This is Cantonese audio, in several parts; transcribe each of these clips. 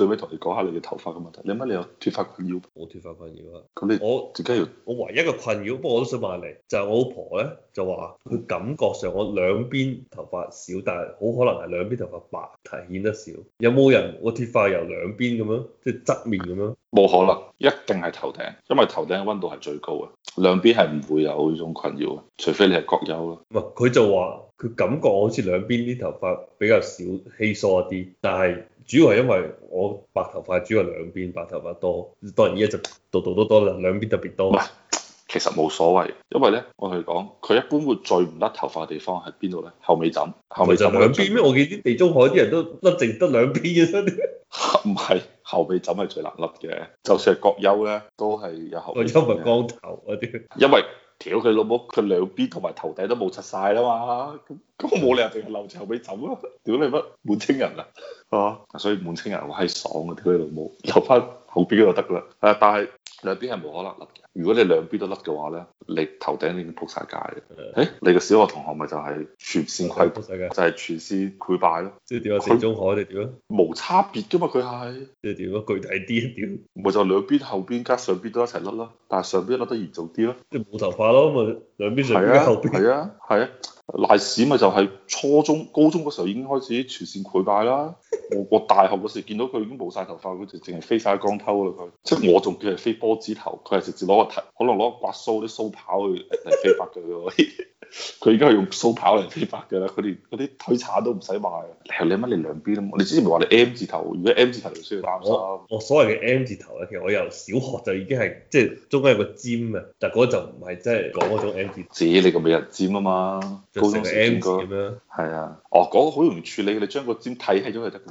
最尾同你講下你嘅頭髮嘅問題。你乜你有脱髮困擾？我脱髮困擾啊！咁你我自己要我唯一嘅困擾，不過我都想問下你，就係、我老婆咧就話佢感覺上我兩邊頭髮少，但係好可能係兩邊頭髮白，但顯得少。有冇人我脱髮由兩邊咁樣，即係側面咁樣？冇可能，一定係頭頂，因為頭頂嘅温度係最高嘅，兩邊係唔會有呢種困擾嘅，除非你係國優啦。唔係佢就話佢感覺我好似兩邊啲頭髮比較少稀疏一啲，但係主要係因為我白頭髮主要係兩邊白頭髮多，當然而家就度度都多啦，兩邊特別多唔。係其實冇所謂，因為咧，我同你講，佢一般會最唔甩頭髮嘅地方係邊度咧？後尾枕，後咪尾就枕兩邊咩？我見啲地中海啲人都甩淨得兩邊嘅啫。唔係後尾枕係最難甩嘅，就算係國優咧，都係有後我尾因枕為嘅。光頭嗰啲，因為屌佢老母，佢兩邊同埋頭頂都冇柒晒啦嘛，咁咁我冇理由淨係留住後尾枕啊！屌你乜滿清人啊！啊，所以滿清人好閪爽啊！屌你老母，留翻後邊嗰度得啦。啊，但係兩邊係冇可能甩嘅。如果你兩邊都甩嘅話咧，你頭頂已經仆晒街嘅。誒、你個小學同學咪就係全線潰，世界就係全線潰敗咯，即係點啊？地中海定點啊？無差別噶嘛佢係。即係點啊？具體啲點？咪就兩邊後邊加上邊都一齊甩啦，但係上邊甩得嚴重啲咯。即係冇頭髮咯，咪兩邊上係邊啊，後邊。係啊，係啊，賴屎咪就係初中、高中嗰時候已經開始全線潰敗啦。我我大學嗰時見到佢已經冇晒頭髮，佢就淨係飛晒光頭啦佢。即係我仲叫係飛波子頭，佢係直接攞個頭，可能攞個刮須啲鬚刨去嚟飛髮嘅喎。 佢已經係用鬚刨嚟飛髮㗎啦，佢連嗰啲腿鏟都唔使買啊！你你乜你兩邊都啊冇，你之前咪話你 M 字頭，如果 M 字頭就需要擔心。我我所謂嘅 M 字頭咧，其實我由小學就已經係即係中間有個尖啊，但係嗰就唔係即係講嗰種 M 字，指你個美人尖啊嘛，就高成中個時 M 見字過咁，樣。係啊，哦嗰、個好容易處理嘅，你將個尖剃起咗佢得㗎，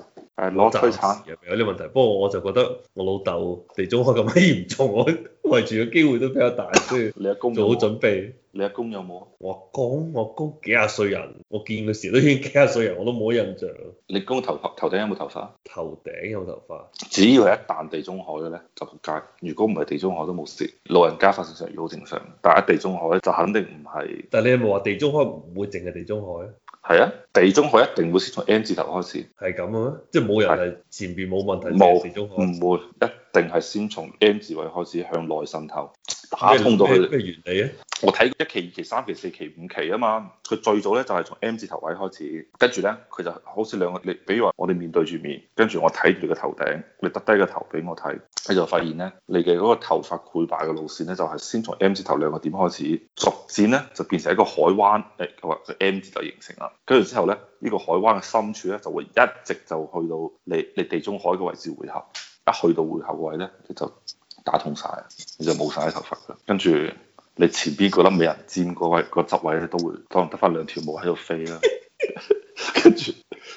誒攞暫推鏟，時係有啲問題，不過我就覺得我老豆地中海咁閪嚴重，我圍住嘅機會都比較大，所以你阿公有做好冇準備。你阿公有冇？我阿公，我阿公幾廿歲人，我見佢時都已經幾廿歲人，我都冇印象。你公頭髮頭頂有冇頭髮？頭頂有頭髮，只要係一旦地中海嘅咧，就仆街。如果唔係地中海都冇事，老人家發性上魚好正常，但係一地中海咧就肯定唔係。但係你有冇話地中海唔會淨係地中海？係啊，地中海一定會先從 M 字頭開始，係咁嘅咩？即係冇人係前邊冇問題，淨係冇嗯地中唔海。會，一定係先從 M 字位開始向內滲透，打通到咩去。咩原理啊？我睇一期、二期、三期、四期、五期啊嘛，佢最早咧就係從 M 字頭位開始，跟住咧佢就好似兩個你，比如話我哋面對住面，跟住我睇住你個頭頂，你耷低個頭俾我睇，你就發現咧你嘅嗰個頭髮潰敗嘅路線咧就係先從 M 字頭兩個點開始，逐漸咧就變成一個海灣，誒或者 M 字就形成啦，跟住之後咧呢個海灣嘅深處咧就會一直就去到你你地中海嘅位置回合，一去到回合位咧你就打通晒，你就冇晒啲頭髮啦，跟住。你前邊嗰粒美人尖嗰位嗰執位咧，都會可能得翻兩條毛喺度飛啦。跟住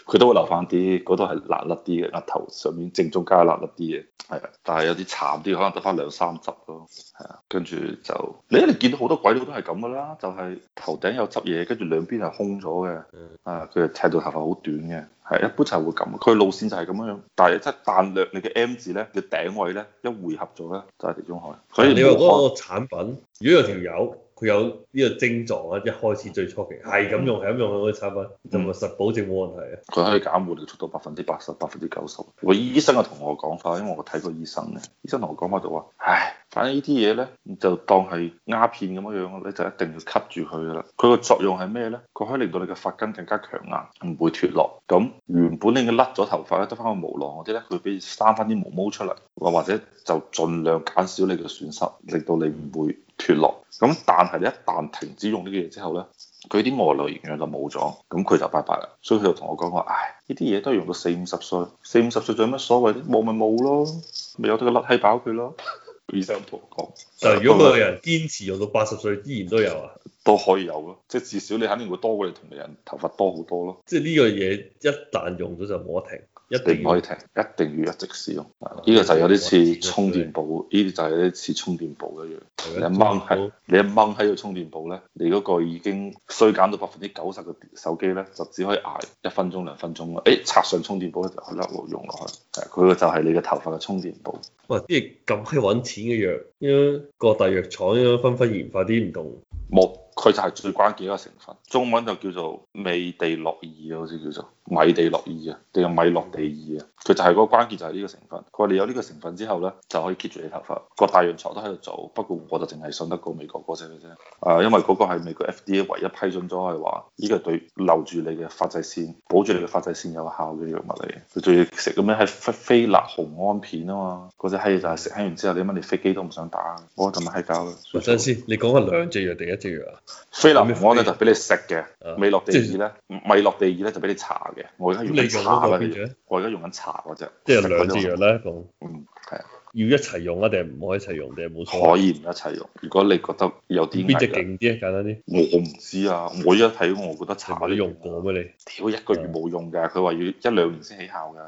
佢都會留翻啲，嗰度係辣甩啲嘅，額頭上面正中間係辣甩啲嘅，係啊。但係有啲慘啲，可能得翻兩三執咯，係啊。跟住就你一定見到好多鬼佬都係咁噶啦，就係、頭頂有執嘢，跟住兩邊係空咗嘅嗯，啊，佢係剃到頭髮好短嘅，係一般就係會咁。佢路線就係咁樣樣，但係即係彈略你嘅 M 字咧，你頂位咧一回合咗咧，就係、地中海。所以你話冇可能嗰個產品，如果有條友佢有呢個症狀啊，一開始最初期係咁嗯用係咁用嗰啲產品，就咪實保證冇問題啊。佢可以減緩嘅速度百分之八十、百分之九十。個醫生嘅同我講法，因為我睇過醫生咧，醫生同我講法就話：，唉，反正呢啲嘢咧，你就當係鴉片咁樣樣，你就一定要吸住佢噶啦。佢個作用係咩咧？佢可以令到你嘅髮根更加強硬，唔會脱落。咁原本你已經甩咗頭髮咧，得翻個毛囊嗰啲咧，佢俾你生翻啲毛毛出嚟，或或者就盡量減少你嘅損失，令到你唔會脱落。咁但係你一旦停止用呢個嘢之後咧，佢啲外來營養就冇咗，咁佢就拜拜啦。所以佢就同我講話，唉，呢啲嘢都係用到四五十歲，四五十歲仲有乜所謂啫？冇咪冇咯，咪由得佢甩閪飽佢咯。 醫生同我講，啊但係如果嗰個人堅持用到八十歲，依然都有啊，都可以有咯，即係至少你肯定會多過你同齡人頭髮多好多咯。即係呢樣嘢一旦用咗就冇得停，一你定唔可要以停，一定要一直使用。呢個就有啲似充電寶，呢啲就有啲似充電寶一樣。你一掹喺你一掹喺個充電寶咧，你嗰個已經衰減到百分之九十嘅手機咧，就只可以捱一分鐘兩分鐘啦。誒，插上充電寶咧就可以一路用落去。係啊佢個就係你嘅頭髮嘅充電寶。哇！啲嘢咁閪揾錢嘅藥，應該各大藥廠應該紛紛研發啲唔同冇，佢就係最關鍵一個成分，中文就叫做未地落義啊，好似叫做米地落義啊，定係米落地義啊。佢就係嗰個關鍵就係呢個成分。佢話你有呢個成分之後咧，就可以 keep 住你頭髮。個大潤廠都喺度做，不過我就淨係信得過美國嗰只嘅啫。啊，因為嗰個係美國 FDA 唯一批准咗係話，呢個對留住你嘅髮際線、保住你嘅髮際線有效嘅藥物嚟嘅。佢仲要食咁樣係非非立雄胺片啊嘛，嗰只閪就係食閪完之後，你乜你飛機都唔想打，我咁閪搞嗱，嘅。等陣先，你講係兩隻藥定一隻藥啊？菲林安咧就俾你食嘅啊，米落地二咧，米落地二咧就俾你搽嘅。我而家咁用你用緊搽嗰個嗰邊隻，隻？我而家用緊搽嗰只，即係兩隻藥啊啦。啦，講嗯，係啊，要一齊用啊，定係唔可以一齊用，定係冇所謂？可以唔一齊用。如果你覺得有啲邊隻危啊勁啲啊？簡單啲，我唔知啊。我而家睇我覺得搽搽冇用過咩你？屌一個月冇用㗎，佢話要一兩年先起效㗎。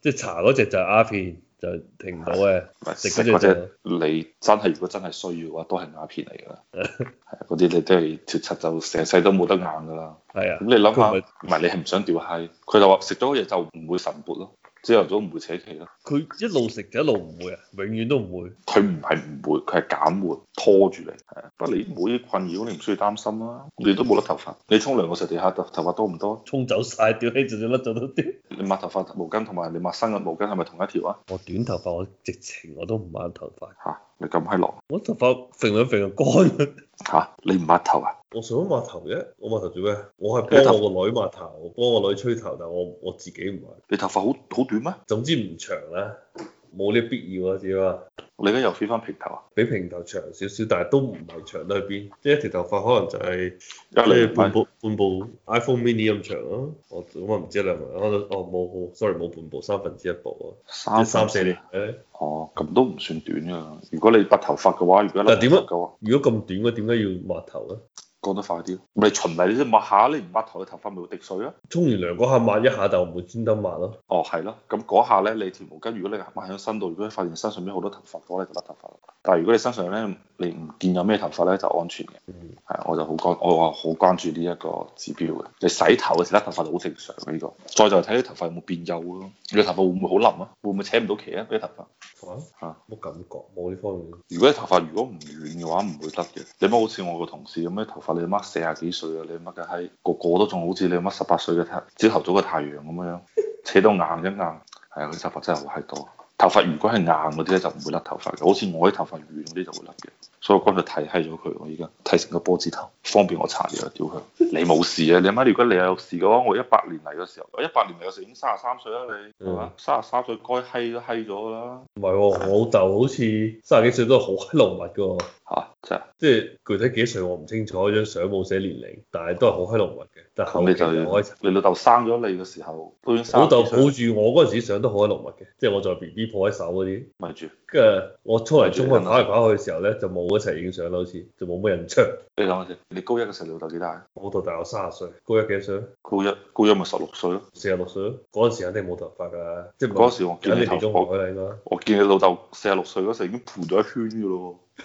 即係搽嗰只就係鴉片，就停唔到嘅。唔係食食嗰隻嗰就只，你真係如果真係需要嘅話，都係鴉片嚟㗎 啦。係啊嗰啲你都係脱柒就成世都冇得硬㗎啦。係啊咁，你諗下，佢咪唔係你係唔想掉閪，佢就話食咗嘢就唔會晨勃咯，朝頭早唔會扯旗咯。佢一路食就一路唔會啊，永遠都唔會。佢唔係唔會，佢係減緩拖住你。係啊，不過你冇呢啲困擾，你唔需要擔心啦。你都冇得頭髮，你沖涼嗰時候地下頭頭髮多唔多？沖走晒，屌你，就算甩咗都屌。你抹頭髮毛巾同埋你抹身嘅毛巾係咪同一條啊？ 我短頭髮，我直情我都唔抹頭髮，嚇、你咁閪狼我頭髮揈兩揈就乾啦。嚇，你唔抹頭啊？我想抹頭啫，我抹頭做咩？我你係頭幫我個女抹頭，我幫我女吹頭，但我我自己唔抹。你頭髮好好短咩？總之唔長啦，冇呢個必要啊，只話你而家又飛翻平頭啊？比平頭長少少，但係都唔係長得去邊，即係一條頭髮可能就係一即係厘半米，部半部 iPhone mini 咁長咯、我咁啊唔知兩米，我都哦冇，sorry 冇半部，三分之一部啊，即係三三四厘。誒哦，咁都唔算短㗎。如果你拔頭髮嘅話，如果但係點啊樣嘅話，如果咁短嘅，點解要抹頭咧？講得快啲。唔係循例，你抹下，你唔抹頭，你頭髮咪會滴水啊？沖完涼嗰下抹一下，但我唔會專登抹咯。哦，係咯，咁嗰下咧，你條毛巾如果你抹喺身度，如果你發現身上面好多頭髮嘅話，你就甩頭髮啦。但係如果你身上咧，你唔見有咩頭髮咧，就安全嘅。嗯係，啊我就好關，我話好關注呢一個指標嘅。你洗頭嘅時候甩頭髮就好正常嘅呢、個。再就係睇你頭髮有冇變幼咯，你頭髮會唔會好腍啊？會唔會扯唔到旗啊？你頭髮？啊，冇感覺，冇呢方面。如果你頭髮如果唔軟嘅話，唔會甩嘅。你乜好似我個同事咁咧，頭髮你乜四廿幾歲啊？你乜嘅閪個個都仲好似你乜十八歲嘅太朝頭早嘅太陽咁樣，扯到硬一硬。係啊，佢頭髮真係好閪多。頭髮如果係硬嗰啲咧，就唔會甩頭髮嘅。好似我啲頭髮軟嗰啲就會甩嘅。所以我乾脆剃閪咗佢，我依家剃成個波子頭，方便我搽藥。屌佢，你冇事啊！你媽，如果你有事嘅話，我一八年嚟嘅時候，我一八年嚟嘅時候已經三十三歲啦，你係嘛？三十三歲該閪都閪咗啦，唔係喎，我老豆好似三十幾歲都係好閪濃密嘅喎，嚇真係。即係具體幾歲我唔清楚，張相冇寫年齡，但係都係好閪濃密嘅。但係後咁你期就就開始，你老豆生咗你嘅時候，都已經生老豆抱住好我嗰陣時相都好閪濃密嘅，即係我在 B B 抱喺手嗰啲。咪住，跟住我衝嚟衝去跑嚟跑去嘅時候咧，就冇一齊影相啦，好似就冇乜印象。你諗下先，你高一嘅時候你老豆幾大？啊我老豆大我三十歲，高一幾多歲？高一高一咪十六歲咯。四十六歲咯。嗰陣時肯定冇頭髮㗎啦，即係唔嗰係時我肯見你定頭地中髮，海啦應該。我見你老豆四十六歲嗰時候已經盤咗一圈嘅 咯喎。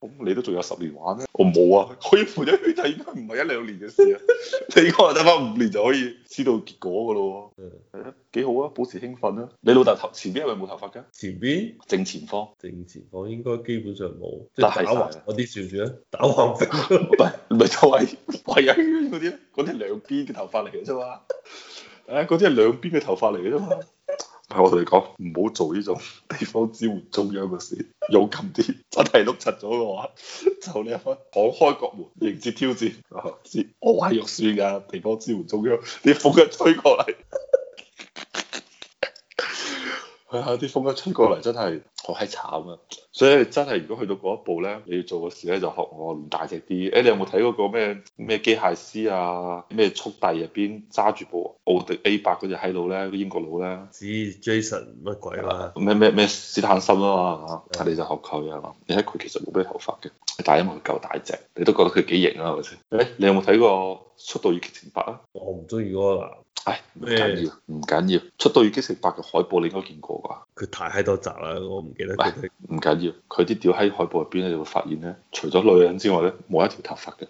咁你都仲有十年玩咩？我冇啊，可以盤一圈就應該唔係一兩年嘅事 啊。你應該係得翻五年就可以知道結果嘅咯嗯，喎。係啊，幾好啊，保持興奮啊。你老豆頭前邊係咪冇頭髮㗎？前邊正前方。正前方應該基本上冇，即但係係打橫嗰啲算唔算啊？打橫飛。 唔係唔係就係圍一圈嗰啲，嗰啲係兩邊嘅頭髮嚟嘅啫嘛。誒，嗰啲係兩邊嘅頭髮嚟嘅啫嘛。係我同你講，唔好做呢種地方支援中央嘅事，勇敢啲。真係碌柒咗嘅話，就你一開敞開國門迎接挑戰。啊知我係肉酸㗎，地方支援中央，啲風一吹過嚟， 係啊，啲風一吹過嚟真係好閪慘啊！所以真係，如果去到嗰一步咧，你要做嘅事咧就學我唔大隻啲。誒、你有冇睇嗰個咩咩機械師啊，咩速遞入邊揸住部奧迪 A 八嗰只閪佬咧，個英國佬咧，指 Jason 乜鬼啦？咩咩咩斯坦森啊嘛，嗯你就學佢啊嘛。你睇佢其實冇咩頭髮嘅，但係因為佢夠大隻，你都覺得佢幾型啊，係咪先？誒、你有冇睇過《速度與激情八》啊？我唔中意嗰個男，唉，唔咩緊要，唔緊要，《速度與激情八》嘅海報你應該見過啩？佢太閪多集啦，我唔記得佢哋。唔緊要，佢啲屌閪海報入邊咧，你會發現咧，除咗女人之外咧，冇一條頭 髮嘅。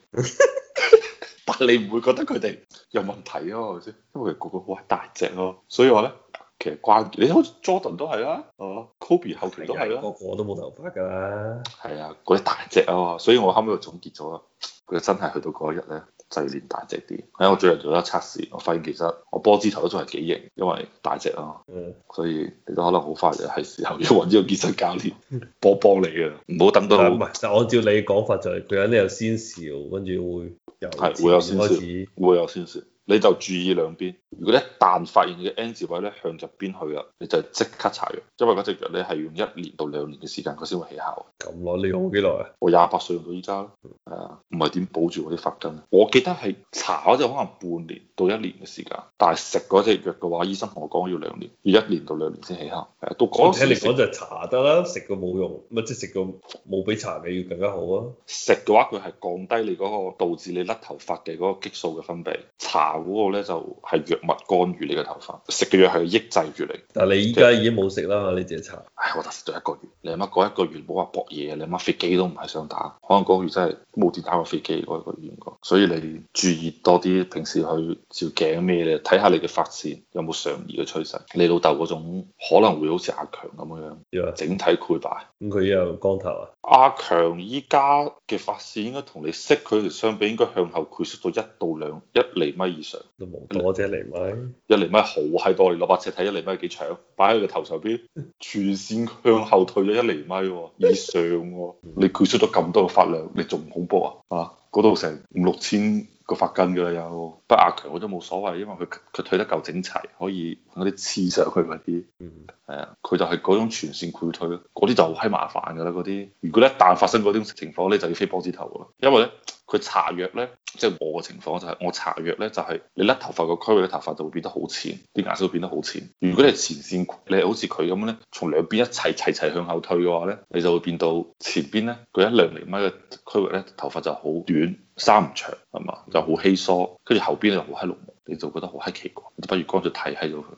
但你唔會覺得佢哋有問題啊？係咪先？因為佢個個好閪大隻咯、所以話咧，其實關鍵你好似 Jordan 都係啦，係嘛？佢 Kobe 後期都係啦。個個都冇頭髮㗎啦。係啊，嗰啲大隻啊嘛，所以我後尾就總結咗啦，佢真係去到嗰一日咧，就要練大隻啲。啊喺我最近做咗測試，我發現其實我波子頭都仲係幾型，因為大隻啊，嗯，所以你都可能好快就係時候要揾咗個健身教練幫幫你㗎啦，唔好等到但唔係，但按照你嘅講法就係佢肯定有先兆，跟住會由係會有先兆開始。會有先兆，你就注意兩邊。如果你一旦發現你嘅 N 字位咧向入邊去啦，你就即刻搽藥，因為嗰隻藥咧係用一年到兩年嘅時間佢先會起效。咁耐你用咗幾耐啊？我廿八歲用到依家咯，係啊，唔係點保住我啲髮根啊？我記得係搽嗰隻可能半年到一年嘅時間，但係食嗰隻藥嘅話，醫生同我講要兩年，要一年到兩年先起效。係啊，到嗰聽你時食講就係搽得啦，食個冇用，咪即係食個冇比搽你要更加好啊。食嘅話，佢係降低你嗰個導致你甩頭髮嘅嗰個激素嘅分泌，搽嗰個咧就係、藥物干預你嘅頭髮，食嘅藥係抑制住你。但係你依家已經冇食啦嘛，你淨係搽。唉，我就食咗一個月，你阿媽嗰一個月冇話搏嘢，你阿媽飛機都唔係想打，可能嗰個月真係冇點打過飛機嗰一個月應該，所以你注意多啲，平時去照鏡咩咧，睇下你嘅髮線有冇上移嘅趨勢，你老豆嗰種可能會好似阿強咁樣，點啊？整體潰敗。咁佢又光頭啊？阿強依家嘅髮線應該同你識佢哋相比，應該向後潰縮到一到兩一厘米以上，都冇多啫，嚟咪。一厘米好閪多，你攞把尺睇一厘米有幾長，擺喺佢個頭上邊，全線向後退咗一厘米喎以上喎，你攰出咗咁多個髮量，你仲唔恐怖啊？啊，嗰度成五六千個髮根㗎啦有，不過阿強我都冇所謂，因為佢佢退得夠整齊，可以用嗰啲黐上去嗰啲，嗯，係啊，佢就係嗰種全線潰退咯，嗰啲就好閪麻煩㗎啦嗰啲。如果一旦發生嗰種情況咧，就要飛波子頭啦，因為咧佢搽藥咧，即係我嘅情況就係、我搽藥咧就係、你甩頭髮個區域嘅頭髮就會變得好淺，啲顏色會變得好淺。如果你係前線，你係好似佢咁咧，從兩邊一齊齊齊向後退嘅話咧，你就會變到前邊咧佢一兩厘米嘅區域咧頭髮就好短。生唔長啊係嘛，就好稀疏，跟住後邊又好閪濃密，你就覺得好閪奇怪，你不如乾脆剃閪咗佢。